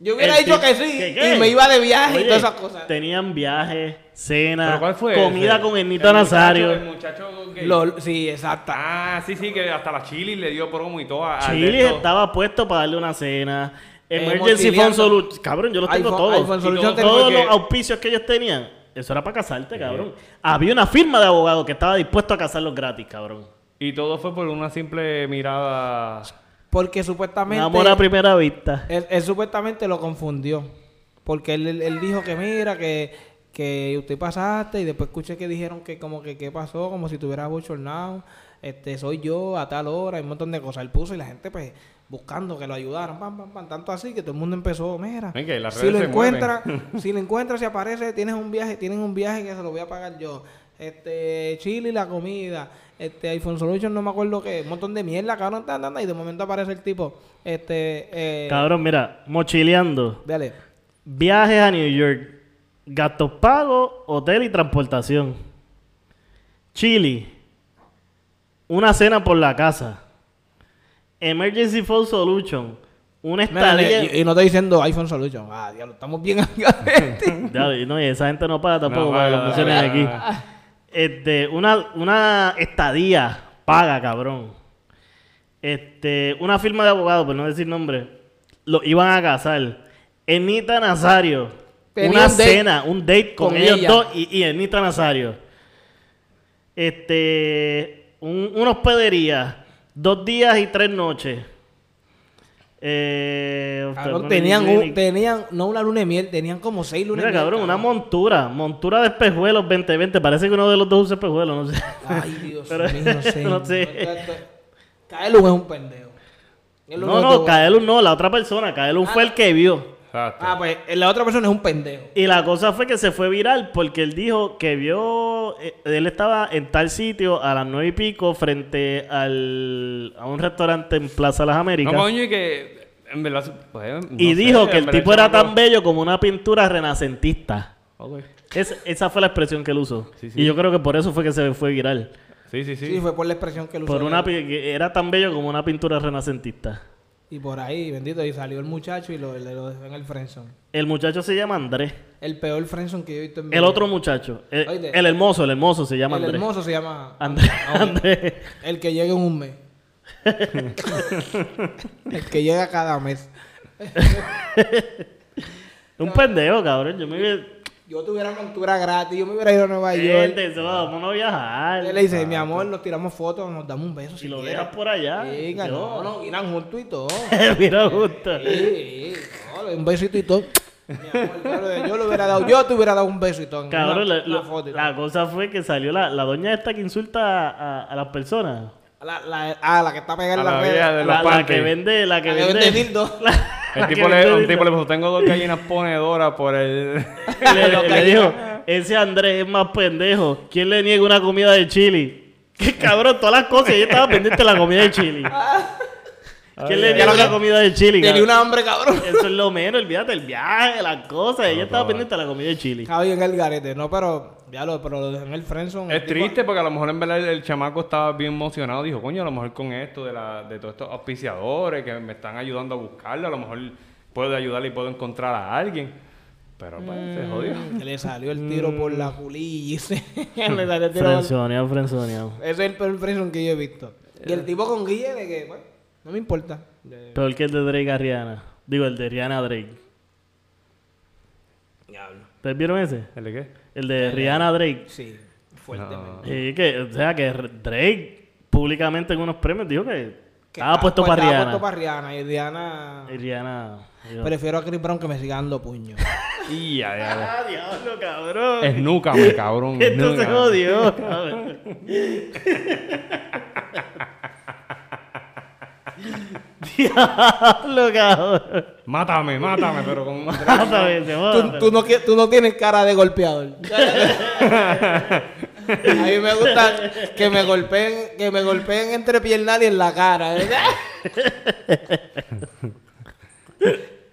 S2: Yo hubiera
S4: El
S2: dicho
S4: tip-
S2: que sí
S4: ¿Que qué?
S2: y me iba de viaje y
S4: Oye,
S2: todas esas cosas.
S4: Tenían viajes, cena,
S3: ¿Pero cuál fue?
S4: comida
S3: ese?
S4: con Ernita Nazario.
S3: El muchacho, el muchacho gay.
S2: Lo- sí, exacto.
S3: Ah, sí, sí, que hasta la chili le dio promo y todo. a- a
S4: Chili
S3: Alberto.
S4: estaba puesto para darle una cena.
S2: Eh,
S4: Emergency Phone
S2: mochileando.
S4: Solution. Cabrón, yo los tengo
S2: iPhone-
S4: todos.
S2: iPhone
S4: Y
S2: Solution
S4: todos
S2: tengo
S4: todos
S3: que-
S4: los auspicios que ellos tenían. Eso era para casarte, cabrón. Había una firma de abogados que estaba dispuesto a casarlos gratis, cabrón.
S3: Y todo fue por una simple mirada.
S2: Porque supuestamente.
S4: Un amor a primera vista.
S2: Él, él supuestamente lo confundió. Porque él, él- él dijo que mira, que, que usted pasaste y después escuché que dijeron que como que qué pasó, como si tuviera bochornado. Este, soy yo a tal hora, y un montón de cosas. Él puso y la gente pues buscando que lo ayudaran, pam, pam, pam. Tanto así que todo el mundo empezó, mira,
S3: Ven que las
S2: si
S3: redes
S2: lo
S3: se
S2: encuentra, si lo encuentra, si aparece, tienes un viaje, tienen un viaje que se lo voy a pagar yo. Este, chile y la comida, este, iPhone Solution, no me acuerdo qué, un montón de mierda, cabrón, tan, tan, tan, y de momento aparece el tipo, este, eh,
S4: Cabrón, mira, mochileando.
S2: Dale.
S4: Viajes a New York. Gastos pagos, hotel y transportación. Chili. Una cena por la casa. Emergency Phone Solution. Una
S2: Mira,
S4: estadía.
S2: y, y no estoy diciendo iPhone Solution. Ah, diablo, estamos bien acá.
S4: Ya, y no, y esa gente no paga tampoco
S3: No
S4: para que
S3: paga,
S4: lo mencionen
S3: no
S4: aquí.
S3: paga.
S4: Este, una, una estadía paga, cabrón. Este, una firma de abogado, por no decir nombre, lo iban a casar. Enita Nazario.
S2: Tenía
S4: una
S2: un date
S4: cena, un date con,
S2: con
S4: ellos
S2: ella.
S4: dos y, y Enita Nazario. Este, un- una hospedería. Dos días y tres noches. Eh,
S2: Cabrón,
S4: usted-
S2: tenían, un- tenían, no una luna de miel, tenían como seis lunes
S4: Mira, cabrón, una montura, montura de espejuelos 2020. Parece que uno de los dos usa espejuelos, no sé.
S2: Ay, Dios
S4: Pero-
S2: mío, señor.
S4: no sé.
S2: Caelu es un pendejo. Él lo Ah,
S4: No,
S2: tuvo-
S4: no, Kaelun no, la otra persona, Kaelun fue el que vio.
S3: Exacto.
S2: Ah, pues la otra persona es un pendejo.
S4: Y la cosa fue que se fue viral porque él dijo que vio, eh, él estaba en tal sitio a las nueve y pico frente al, a un restaurante en Plaza Las
S3: no,
S4: Américas.
S3: coño, y que. En verdad. pues, no
S4: y
S3: sé,
S4: dijo que
S3: en
S4: el
S3: verdad
S4: tipo
S3: yo
S4: era
S3: no puedo-
S4: tan bello como una pintura renacentista.
S3: Ok.
S4: Es- esa fue la expresión que él usó.
S3: Sí, sí.
S4: Y yo creo que por eso fue que se fue viral.
S3: Sí, sí,
S2: Sí,
S3: sí.
S2: fue por la expresión que él usó.
S4: Por una, pi- que era tan bello como una pintura renacentista.
S2: Y por ahí, bendito, y salió el muchacho y lo, le lo dejó en el friendzone.
S4: El muchacho se llama Andrés.
S2: El peor friendzone que yo he visto en mi
S4: El
S2: vida.
S4: otro muchacho. El,
S2: Oíste.
S4: el hermoso, el hermoso se llama
S2: El
S4: Andrés.
S2: hermoso se llama
S4: Andrés.
S2: Ah, ok.
S4: Andrés.
S2: El que llega en un mes. el que llega cada mes.
S4: Un pendejo, cabrón. Yo me hubiera.
S2: Yo tuviera montura gratis, yo me hubiera ido a Nueva York.
S4: Gente, eso, vamos a viajar.
S2: Él le dice, mi amor, nos tiramos fotos, nos damos un beso.
S4: Si lo
S2: quieres".
S4: dejas por allá.
S2: Venga, no,
S4: yo-
S2: no, irán juntos y todo.
S4: Mira, justo.
S2: Sí, no, un besito y todo. Mi amor, yo, lo- yo lo hubiera dado, yo te hubiera dado un beso y todo. en
S4: Cabrón,
S2: una-
S4: la,
S2: una
S4: lo-
S2: foto y todo.
S4: la cosa fue que salió la, la doña esta que insulta a, a- a las personas.
S2: La, la- ah, la que está pegada
S3: A
S2: en
S3: la
S2: la
S3: vieja
S2: red.
S3: de
S4: La,
S3: los
S4: la que
S3: panties.
S4: vende, la que
S2: La que
S4: vende.
S2: vende dildo.
S4: la- la
S3: El
S4: que
S3: tipo le,
S4: vende
S3: un
S4: dildo.
S3: tipo le puso, tengo dos gallinas ponedoras por el...
S4: le, le dijo, ese Andrés es más pendejo. ¿Quién le niega una comida de chili? Que cabrón, todas las cosas. Yo estaba pendiente de la comida de chili. ¿Quién le
S3: Ay,
S4: niega
S2: ay,
S4: una
S2: ay.
S4: comida de chili?
S2: Ah, Tenía
S4: cabrón?
S2: una hambre, cabrón.
S4: Eso es lo menos, olvídate el viaje, las cosas. Ella estaba pendiente de la comida de chili.
S2: Estaba bien el garete, no, pero ya lo, pero lo dejé en el friendzone.
S3: Es triste porque a lo mejor en verdad el, el chamaco estaba bien emocionado. Dijo, coño, a lo mejor con esto de, la, de todos estos auspiciadores que me están ayudando a buscarlo, a lo mejor puedo ayudarle y puedo encontrar a alguien. Pero pues,
S4: Mm.
S3: se jodió.
S2: Que Le salió el tiro por la culilla. y se- le salió el tiro por- Ese
S4: Frenzoneado, frenzoneado.
S2: es el peor friendzone que yo he visto. Y el tipo con guille de que, bueno, no me importa.
S4: Peor que el de Drake a Rihanna. Digo, el de Rihanna a Drake. ¿Ustedes vieron ese?
S3: ¿El de qué?
S4: El de Rihanna a Drake.
S2: Sí, fuertemente.
S4: Y que, o sea, que Drake públicamente en unos premios dijo que,
S2: Que
S4: estaba
S2: está-
S4: puesto
S2: pues,
S4: para
S2: estaba
S4: Rihanna.
S2: puesto para Rihanna. Y Rihanna.
S4: Y Rihanna. dijo,
S2: Prefiero a Chris Brown que me siga dando puño.
S3: Y ya, ya,
S4: Ah, diablo, cabrón.
S3: ya. Esnúcame, cabrón.
S4: Esto se
S3: esnúcame.
S4: jodió, cabrón. diablo, cabrón.
S3: Mátame, mátame, pero con...
S4: Mátame, se
S2: tú,
S4: mata.
S2: tú no, qui- tú no tienes cara de golpeador. A mí me gusta que me golpeen, que me golpeen entre piernas y en la cara. ¿verdad?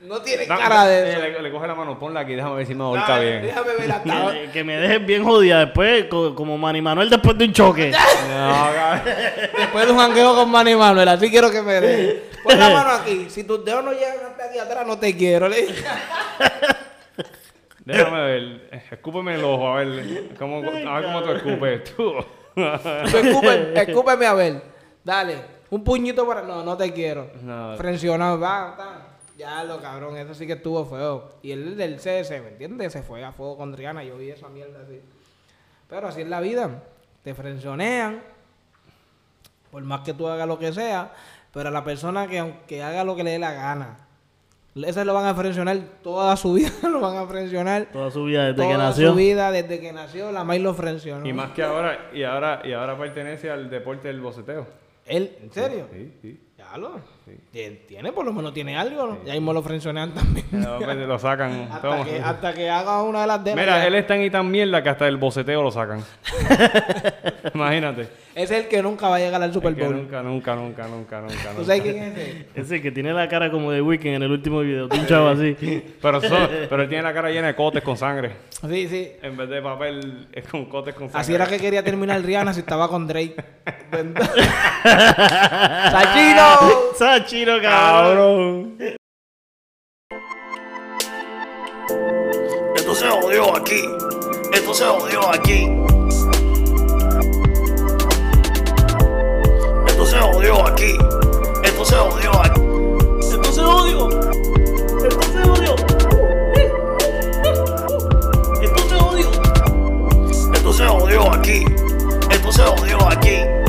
S2: No tienes
S3: No,
S2: cara de
S3: eh,
S2: eso.
S3: le, le coge la mano, ponla aquí, déjame ver si me ahorca
S2: Dame,
S3: bien.
S2: Déjame ver hasta ahora.
S4: Que, que me dejes bien jodida después, co- como Manny Manuel después de un choque.
S3: No, cabrón.
S2: Después de un jangueo con Manny Manuel, así quiero que me dé. Pon la mano aquí. Si tus dedos no llegan hasta aquí atrás, no te quiero. Le dije.
S3: Déjame ver. Escúpeme el ojo, a ver. cómo- a ver cómo tú escupes tú.
S2: Tú escúpeme, escúpeme a ver. Dale. Un puñito para. No, no te quiero.
S3: No.
S2: Frencionado. Va, ta. Ya lo cabrón, eso sí que estuvo feo. Y él del CS, ¿me entiendes? Se fue a fuego con Triana. Yo vi esa mierda así. Pero así es la vida. Te frencionean. Por más que tú hagas lo que sea. Pero a la persona que aunque haga lo que le dé la gana. Ese lo van a frencionar toda su vida. Lo van a frencionar.
S4: Toda su vida desde
S2: toda
S4: que nació.
S2: su vida, desde que nació, la May lo frencionó.
S3: Y más que ahora, y ahora, y ahora pertenece al deporte del boceteo.
S2: Él, ¿en serio?
S3: Sí, sí.
S2: Ya lo.
S3: Sí.
S2: Tien- Tiene, por lo menos tiene algo, ¿no? Ya mismo lo frencionan también.
S3: No, pues, lo sacan.
S2: hasta,
S3: Toma.
S2: que, hasta que haga una de las de
S3: Mira,
S2: ya-
S3: él es tan y tan mierda que hasta el boceteo lo sacan. Imagínate.
S2: Es el que nunca va a llegar al Super
S3: Es que
S2: Bowl.
S3: nunca, nunca, nunca, nunca, nunca.
S2: ¿Tú
S3: nunca.
S2: sabes quién es ese?
S4: Ese que tiene la cara como de Weekend en el último video. Un chavo así.
S3: Pero, eso- pero él tiene la cara llena de cotes con sangre.
S2: Sí, sí.
S3: En vez de papel, es con cotes con sangre.
S2: Así era que quería terminar Rihanna si estaba con Drake. ¡Sachino!
S4: Sachiro,
S3: Cabrón.
S4: cabrón.
S1: Esto se jodió aquí. Esto se jodió aquí. Esto se jodió aquí. Esto se jodió aquí. Esto se jodió. Esto se jodió. Esto se jodió. Esto se jodió aquí. Esto se jodió aquí.